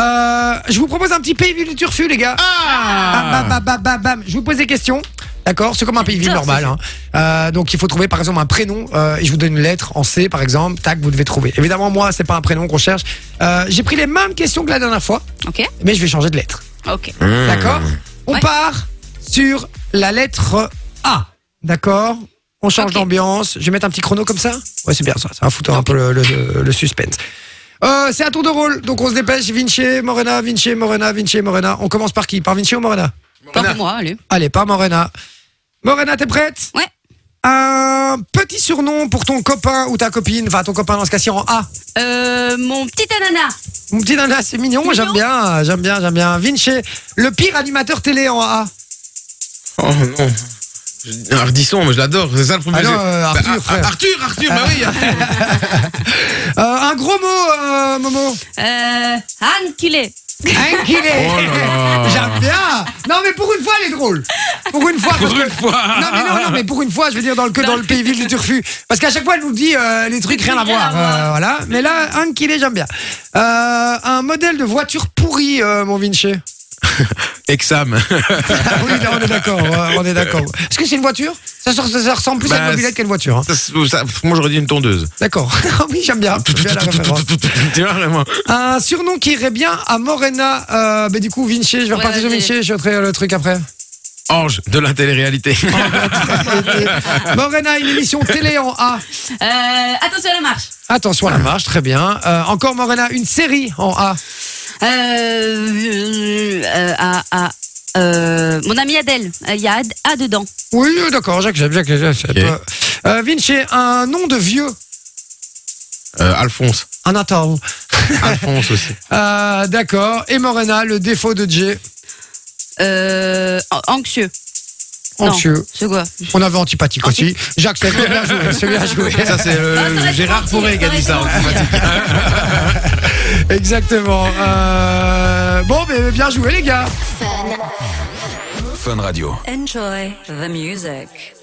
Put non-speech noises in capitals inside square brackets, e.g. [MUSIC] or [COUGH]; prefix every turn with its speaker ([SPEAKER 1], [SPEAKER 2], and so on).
[SPEAKER 1] Euh, je vous propose un petit pays ville du turfu, les gars. Ah, bam, bam, bam, bam, bam. Je vous pose des questions. D'accord C'est comme un pays ville
[SPEAKER 2] J'adore
[SPEAKER 1] normal. hein.
[SPEAKER 2] ce
[SPEAKER 1] Euh, donc, il faut trouver, par exemple, un prénom. euh, et je vous donne une lettre en C, par exemple. Tac, vous devez trouver. Évidemment, moi, c'est pas un prénom qu'on cherche. Euh, J'ai pris les mêmes questions que la dernière fois,
[SPEAKER 2] Ok,
[SPEAKER 1] mais je vais changer de lettre.
[SPEAKER 2] ok.
[SPEAKER 1] D'accord On
[SPEAKER 2] Hmm. Ouais.
[SPEAKER 1] part sur la lettre A. D'accord On change
[SPEAKER 2] Ok.
[SPEAKER 1] d'ambiance. Je vais mettre un petit chrono comme ça Ouais, c'est bien ça. Ça va foutre un peu le, le- le suspense. Euh, c'est à tour de rôle, donc on se dépêche. Vinci, Morena, Vinci, Morena, Vinci, Morena. On commence par qui Par Vinci ou Morena
[SPEAKER 2] Pas pour moi, allez.
[SPEAKER 1] Allez, par Morena. Morena, t'es prête
[SPEAKER 2] Ouais.
[SPEAKER 1] Un petit surnom pour ton copain ou ta copine, enfin ton copain dans ce cas-ci en A.
[SPEAKER 2] Euh, mon petit ananas.
[SPEAKER 1] Mon petit nana, c'est mignon, moi j'aime
[SPEAKER 2] Mignon.
[SPEAKER 1] bien, j'aime bien, j'aime bien. Vinci, le pire animateur télé en A.
[SPEAKER 3] Oh non. Je- Ardisson, mais je l'adore, c'est ça le problème.
[SPEAKER 1] Ah non,
[SPEAKER 3] c'est-
[SPEAKER 1] euh, Arthur,
[SPEAKER 3] Bah, Ar-
[SPEAKER 1] frère.
[SPEAKER 3] Arthur, Arthur, bah oui.
[SPEAKER 1] [LAUGHS] Euh, un gros mot, euh, [LAUGHS] Momo.
[SPEAKER 2] Euh, Anne culé.
[SPEAKER 1] Inquilet.
[SPEAKER 3] Oh là
[SPEAKER 1] [LAUGHS]
[SPEAKER 3] là.
[SPEAKER 1] J'aime bien. Non, mais pour une fois, elle est drôle. Pour une fois. parce
[SPEAKER 3] Pour
[SPEAKER 1] que-
[SPEAKER 3] une fois.
[SPEAKER 1] Non, mais non, non, mais pour une fois, je veux dire dans le que dans le pays ville du turfu. Parce qu'à chaque fois, elle nous dit euh, les trucs rien à
[SPEAKER 2] Rien
[SPEAKER 1] voir.
[SPEAKER 2] à voir.
[SPEAKER 1] euh, voilà. Mais là, Inquilet, j'aime bien. Euh, un modèle de voiture pourrie, euh, mon
[SPEAKER 3] [LAUGHS]
[SPEAKER 1] Vinci.
[SPEAKER 3] Exam.
[SPEAKER 1] Ah oui, là, on est d'accord. ouais, on est d'accord. Est-ce que c'est une voiture ça, sort- ça ressemble plus à
[SPEAKER 3] Bah,
[SPEAKER 1] une mobilette qu'à une voiture. hein.
[SPEAKER 3] Ça, c'est- ça, moi j'aurais dit une tondeuse.
[SPEAKER 1] D'accord. [LAUGHS] Ah oui, j'aime bien. J'aime bien la référence.
[SPEAKER 3] [LAUGHS] Tu vois vraiment
[SPEAKER 1] Un surnom qui irait bien à Morena. Euh, mais du coup, Vinci, je vais
[SPEAKER 2] Ouais,
[SPEAKER 1] repartir sur
[SPEAKER 2] vas-y.
[SPEAKER 1] Vinci, je ferai euh, le truc
[SPEAKER 2] [LAUGHS]
[SPEAKER 1] après.
[SPEAKER 3] Ange de
[SPEAKER 1] [LAUGHS]
[SPEAKER 3] la télé-réalité.
[SPEAKER 1] Morena, une émission télé en A.
[SPEAKER 2] Euh, attention à la marche.
[SPEAKER 1] Attention à la marche, très bien. Euh, encore Morena, une série en A.
[SPEAKER 2] Euh, euh, euh, à, à, euh, mon ami Adèle. Il y a Ad- A dedans.
[SPEAKER 1] Oui, euh, d'accord, j'accepte, j'accepte. j'accepte.
[SPEAKER 3] Ok.
[SPEAKER 1] Euh, Vinci, un nom de vieux.
[SPEAKER 3] Euh, Alphonse.
[SPEAKER 1] Un attend.
[SPEAKER 3] Alphonse aussi.
[SPEAKER 1] Euh, d'accord. Et Morena, le défaut de J.
[SPEAKER 2] Euh, an- anxieux. Non,
[SPEAKER 1] Anxieux.
[SPEAKER 2] C'est quoi
[SPEAKER 1] On avait antipathique aussi. J'accepte, c'est bien joué, c'est bien
[SPEAKER 2] [LAUGHS]
[SPEAKER 1] joué.
[SPEAKER 3] Ça, c'est euh,
[SPEAKER 2] Ah, ça aurait été
[SPEAKER 3] Gérard
[SPEAKER 2] gentil,
[SPEAKER 3] Fauré qui a
[SPEAKER 2] ça
[SPEAKER 3] dit ça.
[SPEAKER 2] aurait été gentil.
[SPEAKER 1] Exactement. Euh, Bon, mais bien joué, les gars.
[SPEAKER 4] Fun Radio.
[SPEAKER 5] Enjoy the music.